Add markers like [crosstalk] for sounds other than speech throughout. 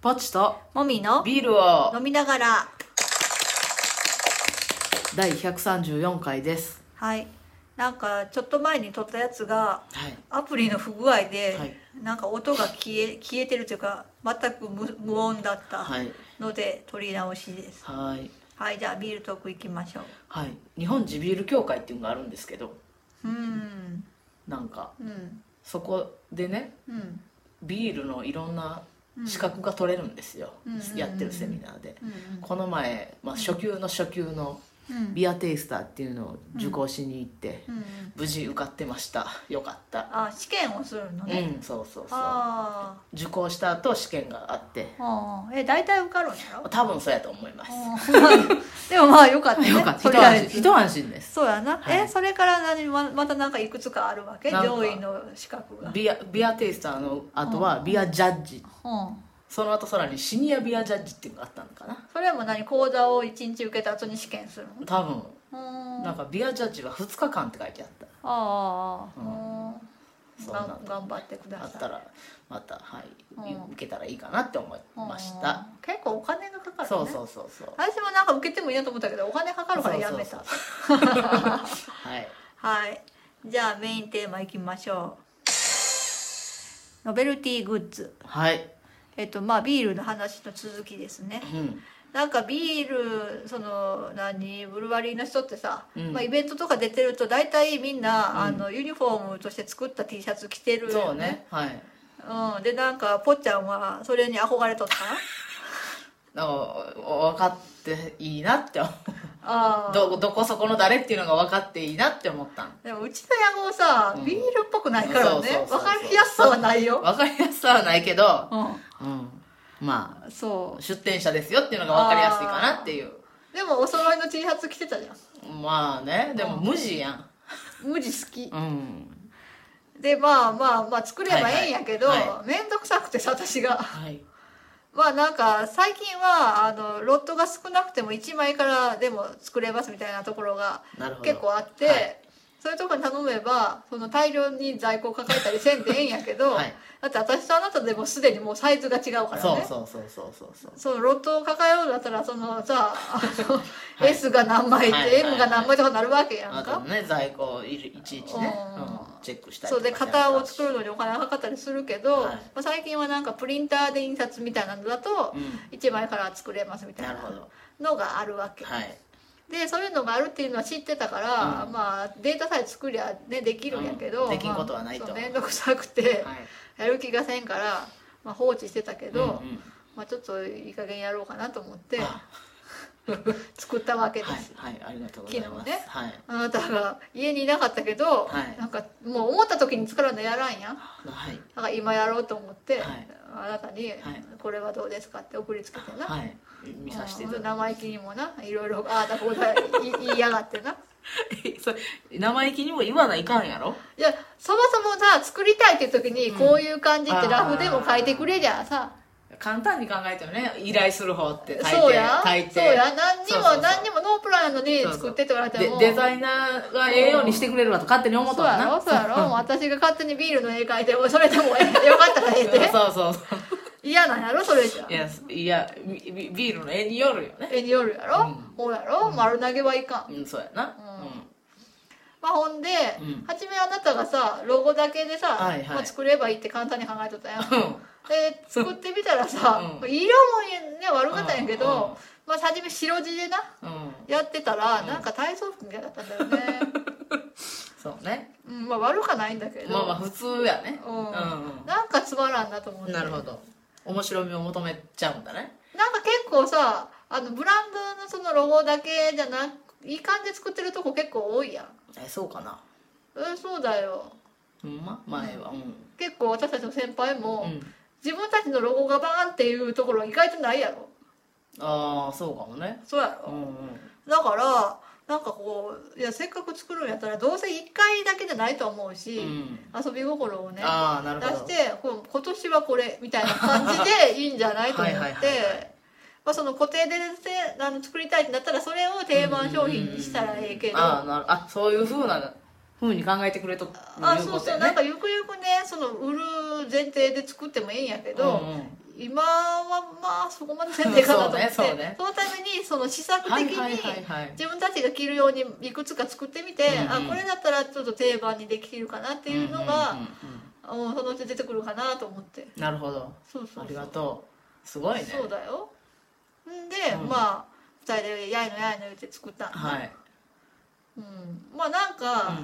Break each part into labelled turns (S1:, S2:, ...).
S1: ポチと
S2: もみの
S1: ビールを
S2: 飲みながら
S1: 第134回です
S2: はいなんかちょっと前に撮ったやつが
S1: はい
S2: アプリの不具合で、
S1: はい
S2: なんか音が消え消えてるというか全く無無音だった
S1: はい
S2: ので撮り直しです
S1: はい
S2: はいじゃあビールトーク行きましょ
S1: はい日本地ビール協会っていうのがあるんですけど
S2: ううん
S1: なんか
S2: うん
S1: そこでね
S2: うん
S1: ビールのいろんな資格が取れるんですよ、
S2: うんうん
S1: やってるセミナーで、
S2: うん
S1: この前、まあ、初級の初級の
S2: うん
S1: ビアテイスターっていうのを受講しに行って、
S2: うん
S1: 無事受かってましたよかった
S2: あ試験をするの
S1: う
S2: ね、
S1: んそうそうそう
S2: あ
S1: 受講した後試験があって
S2: ーあーえ大体受かるんやろ
S1: 多 [laughs] 分そうやと思います
S2: あー [laughs] でもまあよかったね
S1: よかった
S2: とり
S1: 一
S2: あ
S1: 安
S2: え
S1: 心
S2: ず
S1: 一安心です
S2: そうやな、
S1: はい
S2: えそれから何ままたなんかいくつかあるわけ
S1: なんか
S2: 上位の資格が、
S1: ビアビアテイスターの後はビアジャッジ、
S2: うん、
S1: その後さらにシニアビアジャッジっていうのがあったのかな
S2: それも何講座を1日受けた後に試験するの
S1: 多分
S2: うん
S1: なんかビアジャッジは2日間って書いてあった
S2: ああ、
S1: う
S2: うん、
S1: そんな
S2: がん頑張ってくだ
S1: あ
S2: さい
S1: ったらまた、はい
S2: うん
S1: 受けたらいいかなって思いました、
S2: うん結構お金がかかるね
S1: そうそうそうそう
S2: 私もなんか受けてもいいなと思ったけどお金かかるからやめ
S1: そ
S2: た
S1: うそう
S2: [laughs]
S1: はい
S2: はいじゃあメインテーマいきましょうノベルティグッズ
S1: はい、
S2: えっとまあビールの話の続きですね
S1: うん、
S2: なんかビールその何ブルワリーの人ってさ、
S1: うん
S2: まあ、イベントとか出てると大体みんな、
S1: ん
S2: あのユニフォームとして作った T シャツ着てる
S1: そ
S2: よ
S1: うねはい
S2: うん、でなんかぽっちゃんはそれに憧れとったかな
S1: なんか分かっていいなって思
S2: あ
S1: う
S2: あ
S1: どどこそこの誰っていうのが分かっていいなって思ったの
S2: でもうちの野号さ、
S1: うん
S2: ビールっぽくないからね
S1: そうそうそうそう
S2: 分かりやすさはないよ、
S1: 分かりやすさはないけど、[laughs]
S2: う
S1: うん、ま
S2: ん、そ
S1: あ出店者ですよっていうのが分かりやすいかなっていう
S2: うでもお揃いの T シャツ着てたじゃん
S1: まあねでも無地やん
S2: 無地好き
S1: うん
S2: でまあまあまあ作ればええんやけど
S1: はいは
S2: 面倒くさくてさ私が。
S1: はい
S2: まあなんか最近はあのロットが少なくても1枚からでも作れますみたいなところが
S1: なるほど
S2: 結構あって、
S1: はい
S2: そういうとこに頼めばその大量に在庫抱えたりせんでええんやけど、
S1: はい
S2: だって私とあなたでもすでにもうサイズが違うからね。
S1: そうそうそうそうそうそう
S2: そのロットを抱えようだったらそのさあの、S が何枚で、
S1: はいはいはい
S2: M が何枚とかなるわけやんか、
S1: あとね在庫いるいちいちね、
S2: う
S1: うんんチェックしたり
S2: そうで型を作
S1: る、
S2: るのにお金がかかったりするけど、
S1: はい
S2: まあ、最近はなんかプリンターで印刷みたいなのだと
S1: うん、
S2: 1枚から作れますみたい
S1: な
S2: な
S1: るほど
S2: のがあるわけ、
S1: はい
S2: でそういうのがあるっていうのは知ってたから、
S1: うん
S2: まあデータさえ作りゃねできるんやけど、
S1: うんできんことはないと
S2: まあそう面倒くさくて
S1: はい
S2: やる気がせんから、まあ、放置してたけど、
S1: うんうん
S2: まあ、ちょっといい加減やろうかなと思って
S1: あ
S2: [laughs] 作ったわけです、
S1: はいはいありがとうございます
S2: 昨日ね
S1: はい
S2: あなたが家にいなかったけど、
S1: はい
S2: なんかもう思った時に作らんのやらんやん
S1: はい
S2: だから今やろうと思って、
S1: はい
S2: あなたに
S1: はい
S2: 「これはどうですか?」って送りつけてな、
S1: はい見させていた
S2: う
S1: [laughs]
S2: ん
S1: だ
S2: 生意気にもないろいろああだこうだい言いやがってな
S1: きそれ生意気にも言わないかんやろ
S2: いやそもそもさ作りたいっていう時に
S1: うん
S2: こういう感じってラフでも書いてくれりゃさ、
S1: 簡単に考えてもね依頼する方って大抵
S2: そうや
S1: 大抵
S2: そうや何にも
S1: そうそうそう
S2: 何にもノープランなのに
S1: そうそう
S2: 作ってって言われて
S1: で
S2: も
S1: デザイナーがええようにしてくれるわと勝手に思った
S2: そう
S1: わ
S2: や
S1: な
S2: ろそ
S1: [laughs]
S2: うやろもう私が勝手にビールの絵描いてもそれでもええよかったらええで
S1: そうそうそう
S2: 嫌なんやろそれじゃ
S1: いやすいやビビビールの絵によるよね
S2: 絵によるやろ、
S1: うん
S2: ほうやろ丸投げはいかん、
S1: うんそうやな
S2: まあ、ほんで、
S1: うん
S2: 初めあなたがさロゴだけでさ、
S1: はいはい
S2: まあ、作ればいいって簡単に考えとったやん
S1: うん
S2: で作ってみたらさ、
S1: う
S2: 色もね悪かったんやけど、
S1: うんうん
S2: まあ、初め白地でな
S1: うん
S2: やってたら、
S1: うん
S2: なんか体操服みたいだったんだよね、
S1: [laughs] そうね
S2: うん、まあ悪かないんだけど、
S1: まあまあ普通やね
S2: うん
S1: う
S2: なんかつまらんなと思っ
S1: ん
S2: て
S1: なるほど面白みを求めちゃうんだね
S2: なんか結構さあのブランドのそのロゴだけじゃないい感じで作ってるとこ結構多いやん
S1: えそうかな
S2: うんそうだよ
S1: うんま前はうん
S2: 結構私たちの先輩も、
S1: うん
S2: 自分たちのロゴがバーンっていうところは意外とないやろ
S1: ああそうかもね
S2: そうや
S1: う
S2: ろ、
S1: んうん
S2: だからなんかこういやせっかく作るんやったらどうせ1回だけじゃないと思うし、
S1: うん
S2: 遊び心をね
S1: ああなる
S2: 出
S1: ほ
S2: し
S1: ど
S2: てこう今年はこれみたいな感じでいいんじゃないと思って
S1: はいはいはいはい
S2: まあその固定で、ね、あの作りたいってなったらそれを定番商品にしたらええけど、
S1: うんああなるあそういうふうなふうに考えてくれと
S2: あそうそうなん
S1: か
S2: かゆくゆくねその売る前提で作ってもいいんやけど、
S1: うん
S2: 今はまあそこまでせんでいかなと思って
S1: そうねそうね
S2: そのためにその試作的
S1: はい
S2: に、
S1: はいはいはい
S2: 自分たちが着るようにいくつか作ってみて、
S1: うんうん
S2: あこれだったらちょっと定番にできるかなっていうのが、
S1: んんうん
S2: うんそのうち出てくるかなと思って
S1: うんなるほど
S2: そうそうそう
S1: ありがとうすごいね
S2: そうだよんで、
S1: うん
S2: まあ2人でやいのやいの言って作ったの
S1: はい
S2: うん、まあなんか、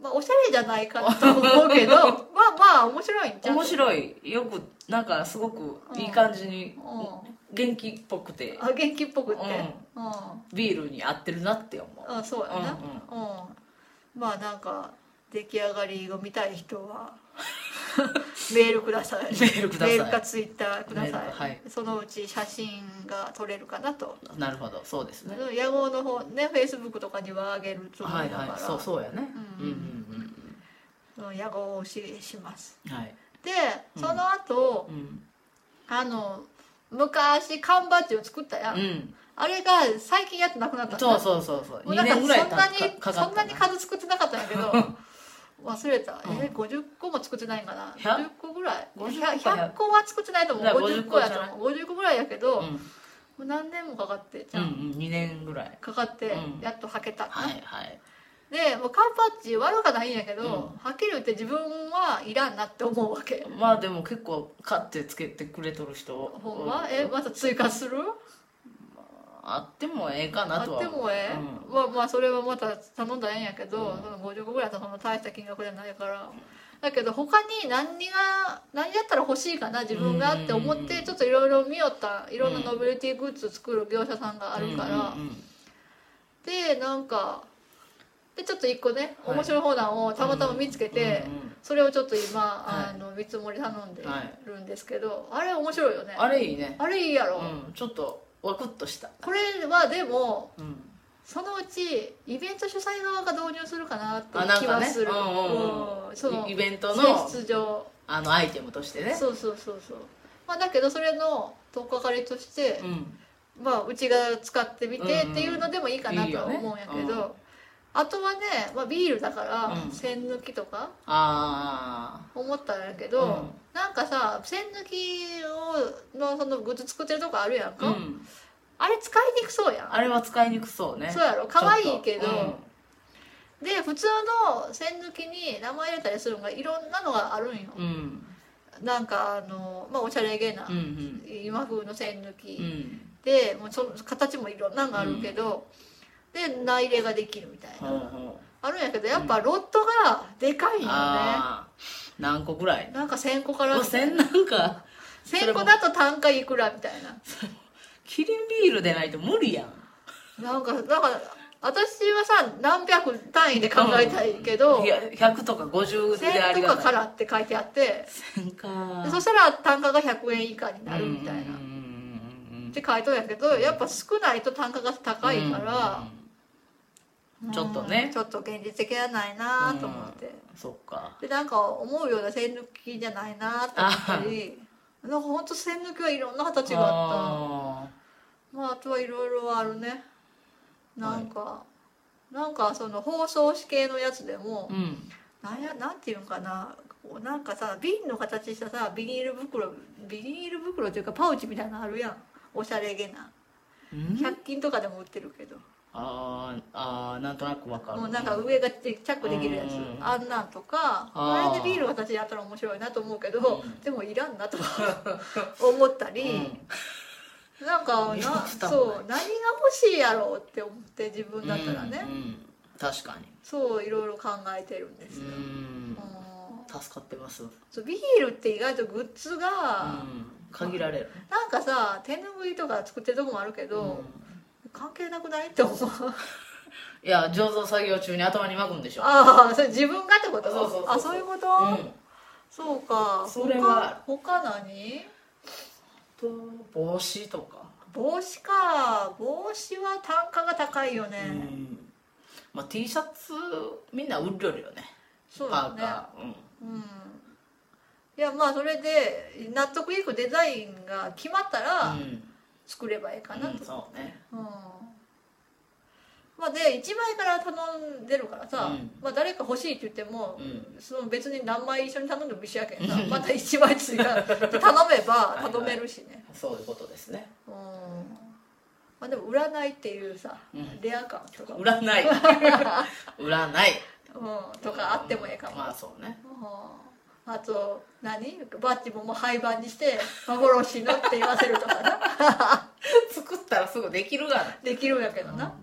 S2: まあおしゃれじゃないかと思うけ
S1: [laughs]
S2: どまあまあ面白いんじゃん
S1: 面白いよくなんかすごくいい感じに
S2: うん
S1: 元気っぽくて
S2: あ元気っぽくってうん、
S1: ビールに合ってるなって思う
S2: あそうやなうん、まあなんか出来上がりを見たい人は [laughs] メールください
S1: メールください
S2: メールかツイッターください
S1: メールかはい
S2: そのうち写真が撮れるかなと
S1: なるほどそうですね
S2: 野号の方ねフェイスブックとかにはあげるつも
S1: は
S2: り
S1: い
S2: だから、
S1: はいそうそうやね
S2: う
S1: うんんうん
S2: うん野号をお教えします
S1: うんはい
S2: で
S1: うん
S2: その後、
S1: うん
S2: あの昔缶バッジを作ったや
S1: う
S2: ん、
S1: ん
S2: あれが最近やってなくなったんだ
S1: そうそうそうそう
S2: もう
S1: 2
S2: なんか
S1: 年
S2: そん
S1: ぐ
S2: な
S1: らいた
S2: に
S1: かかった
S2: そんなに数作ってなかったんや
S1: [laughs]
S2: けど忘れた、えー50個も作ってないんかな
S1: 100
S2: 10個ぐらい
S1: 50
S2: 100,
S1: 個や
S2: 個は作ってないと思う
S1: だから
S2: 50個
S1: 50個じ
S2: や
S1: ゃ
S2: と
S1: ない
S2: 思う50個ぐらいやけど、
S1: うん
S2: もう何年もかかってじ
S1: う
S2: ゃ
S1: ん
S2: ん、
S1: うん2年ぐらい
S2: かかって
S1: うん
S2: やっとはけた、
S1: はいはい
S2: でもう缶バッジ悪かないんやけど、
S1: うん
S2: はけるって自分はいらんなって思うわけ
S1: まあでも結構買ってつけてくれとる人
S2: ほんまえまた追加する
S1: あってもええかな
S2: あ
S1: と
S2: っ
S1: は
S2: て
S1: 思う
S2: もええ、
S1: うん
S2: まあまあそれはまた頼んだらええんやけど、
S1: うん
S2: その50個ぐらいはその大した金額じゃないからだけど他に何が何やったら欲しいかな自分がって思っ
S1: うんうん
S2: てちょっといろいろ見よったいろんなノベルティグッズ作る業者さんがあるから、
S1: うんうんうん
S2: でなんかでちょっと一個ね
S1: はい
S2: 面白い方談をたまたま見つけて、
S1: うんうん
S2: それをちょっと今、
S1: はい
S2: あの見積もり頼んでるんですけど、あれ面白いよねあ
S1: あれいいね
S2: れいいやろ、
S1: うんちょっとワクッとした
S2: これはでも
S1: うん
S2: そのうちイベント主催側が導入するかなって
S1: あなん
S2: 気
S1: か
S2: は
S1: ね
S2: する、
S1: うんうん
S2: うんその
S1: イイベントの
S2: 性質上
S1: あのアイテムとしてね
S2: そうそうそうそう、まあ、だけどそれの取っかかりとして、
S1: うん
S2: まあ、うちが使ってみて
S1: うんうん
S2: っていうのでもいいかない
S1: い
S2: とは
S1: よね
S2: 思うんやけど、
S1: うん
S2: あとはね、まあ、ビールだから、
S1: うん
S2: 栓抜きとか
S1: あ
S2: 思ったんやけど、
S1: うん
S2: なんかさ栓抜きをのそのグッズ作ってるとこあるやん
S1: あ
S2: か、
S1: うん
S2: あれ使いにくそうやん
S1: あれは使いにくそうね
S2: そうやろ可愛いけ
S1: ち
S2: ど、
S1: ょっと
S2: で普通の栓抜きに名前入れたりするのがいろんなのがあるんよ、
S1: うんうん
S2: なんかあの、まあ、おしゃれげな、
S1: うんうん
S2: 今風の栓抜き、
S1: うん
S2: でもうその形もいろんなのがあるけど、で内入れができるみたい
S1: ほ
S2: な、
S1: うほ
S2: あるんやけどやっぱロットがでかいよ
S1: う
S2: ね、
S1: あー何個ぐらい
S2: なんか1000個から
S1: 五千なんか
S2: 1000個だと単価いくらみたいな
S1: キリンビールでないと無理やん
S2: なんかなんか私はさ何百単位で考えたいけど、
S1: いや100とか50であ
S2: 1000
S1: り
S2: と
S1: が
S2: か
S1: たい
S2: からって書いてあって
S1: 1000か
S2: でそしたら単価が100円以下になるみたい
S1: うんう
S2: な、
S1: んうんうん
S2: って書いとるんやけどやっぱ少ないと単価が高いから、
S1: うんちょっとね
S2: うんちょっと現実的じゃないなと思って、
S1: そっか
S2: でなんか思うような線抜きじゃないなと思ったりなんかほんと線抜きはいろんな形があった
S1: あ
S2: まああとはいろいろあるねなんか、なんかその包装紙系のやつでも、
S1: ーうん
S2: なんやなんていうんかなこうなんかさ瓶の形したさビニール袋ビニール袋というかパウチみたいなのあるやんおしゃれげな
S1: うん
S2: 100均とかでも売ってるけど
S1: あーあーなんとなくわかる
S2: もうなんか上がチャックできるやつ
S1: うん
S2: あんなんとか
S1: あ
S2: あ
S1: ー
S2: れでビールの形やったら面白いなと思うけど、
S1: うん
S2: でもいらんなとか [laughs] 思った
S1: う
S2: り、
S1: ん
S2: なんか
S1: い
S2: な
S1: や蓋も
S2: そう何が欲しいやろうって思って自分だったらね、
S1: うんうん確かに
S2: そういろいろ考えてるんで
S1: う
S2: すよ、
S1: ん
S2: うん
S1: 助かってますうん
S2: そうビールって意外とグッズが、
S1: 限られる
S2: なんかさ手拭いとか作ってるとこもあるけど、
S1: うん
S2: 関係なくないって思う
S1: いや醸造作業中に頭に巻くんでしょ
S2: ああそれ自分がってこと
S1: そうそうそうそう
S2: あそういうこと、
S1: うん
S2: そうか
S1: それは
S2: 他他何
S1: と帽子とか
S2: 帽子か帽子は単価が高いよね
S1: う、んまあ T シャツみんな売るよりよね
S2: そうだ
S1: パー
S2: ね
S1: カーうん
S2: うんいやまあそれで納得いくデザインが決まったら
S1: うん
S2: 作ればいいかなと、
S1: うんそうね
S2: うんままあ、で1枚から頼んでるから
S1: う
S2: さ、
S1: ん
S2: まあ、誰か欲しいって言っても、
S1: うん
S2: その別に何枚一緒に頼んでも一緒やけんさ
S1: [laughs]
S2: また1枚追加で頼めば頼めるしね、
S1: そういうことですね
S2: うんまあ、でも占いっていうさ、
S1: うん
S2: レア感とか,、うん、
S1: 占 [laughs] い占い
S2: とかあってもええかも、
S1: まあそうね
S2: うんあと何バッジももう廃盤にして幻のって言わせるとか
S1: [laughs]
S2: な
S1: 作ったらすぐできるがな
S2: できるんやけどな、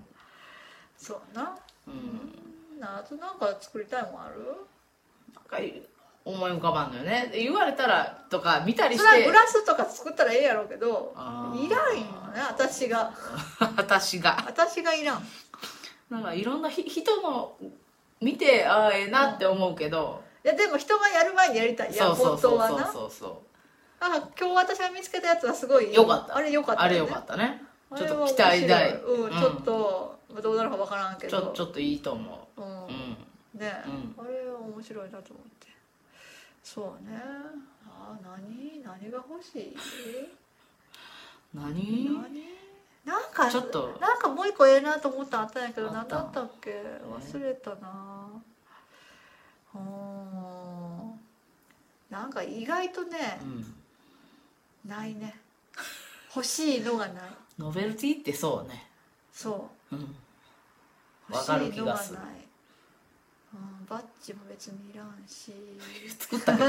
S2: そうやな
S1: うん
S2: なあとなんか作りたいもんある
S1: なんか思い浮かばんのよね言われたらとか見たり
S2: そ
S1: し
S2: れは
S1: て
S2: グラスとか作ったらええやろうけど
S1: あー
S2: いらんよね私が
S1: 私が
S2: 私がいらん
S1: なんかいろんなひ人の見てああええなって思うけど、
S2: いやでも人がやる前にやりたいいや
S1: そうそ
S2: 本
S1: うそ
S2: 当
S1: う
S2: は
S1: そう
S2: な
S1: そうそ
S2: あ今日私が見つけたやつはすごいう
S1: よかった
S2: あれよかった、
S1: あれよかったね
S2: あ
S1: ちょ
S2: れ
S1: っと
S2: は面
S1: 期
S2: 白い
S1: 待大
S2: うん、ちょっとどうなるかわからんけ
S1: ちょ
S2: ど
S1: ちょっといいと思
S2: うん
S1: ううん
S2: ね、
S1: う
S2: あれは面白いなと思ってそうねあー何何が欲しい
S1: 何
S2: 何なんか
S1: ちょっと
S2: なんかもう一個ええなと思ったのあったんやけど
S1: あっ
S2: 何
S1: た
S2: だったっけ忘れたなうーんなんか意外とね
S1: うん
S2: ないね欲しいのがない
S1: ノベルティってそうね
S2: そ
S1: うん
S2: う
S1: わ
S2: 欲し
S1: かる
S2: い
S1: 気
S2: の
S1: が
S2: がない
S1: する
S2: うん、バッジも別にいらん
S1: [laughs]
S2: し
S1: 作ったけ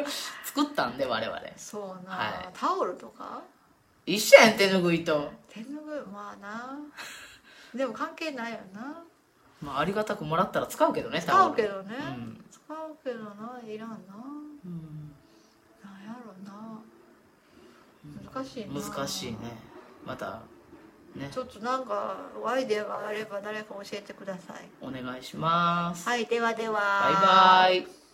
S1: ど作ったんで我々
S2: そうな、
S1: はい
S2: タオルとか
S1: 一緒やん手ぬぐいと、
S2: 手ぬぐいまあ
S1: [laughs]
S2: なでも関係ないよな
S1: まあ、ありがたくもらったら使うけどね
S2: 使うけ
S1: ど
S2: どね、
S1: うん
S2: 使うけどないらんな
S1: うん
S2: なんやろな難しいな
S1: 難しいねまたね
S2: ちょっとなんかアイデアがあれば誰か教えてください
S1: お願いします
S2: はいではでは
S1: バイバイ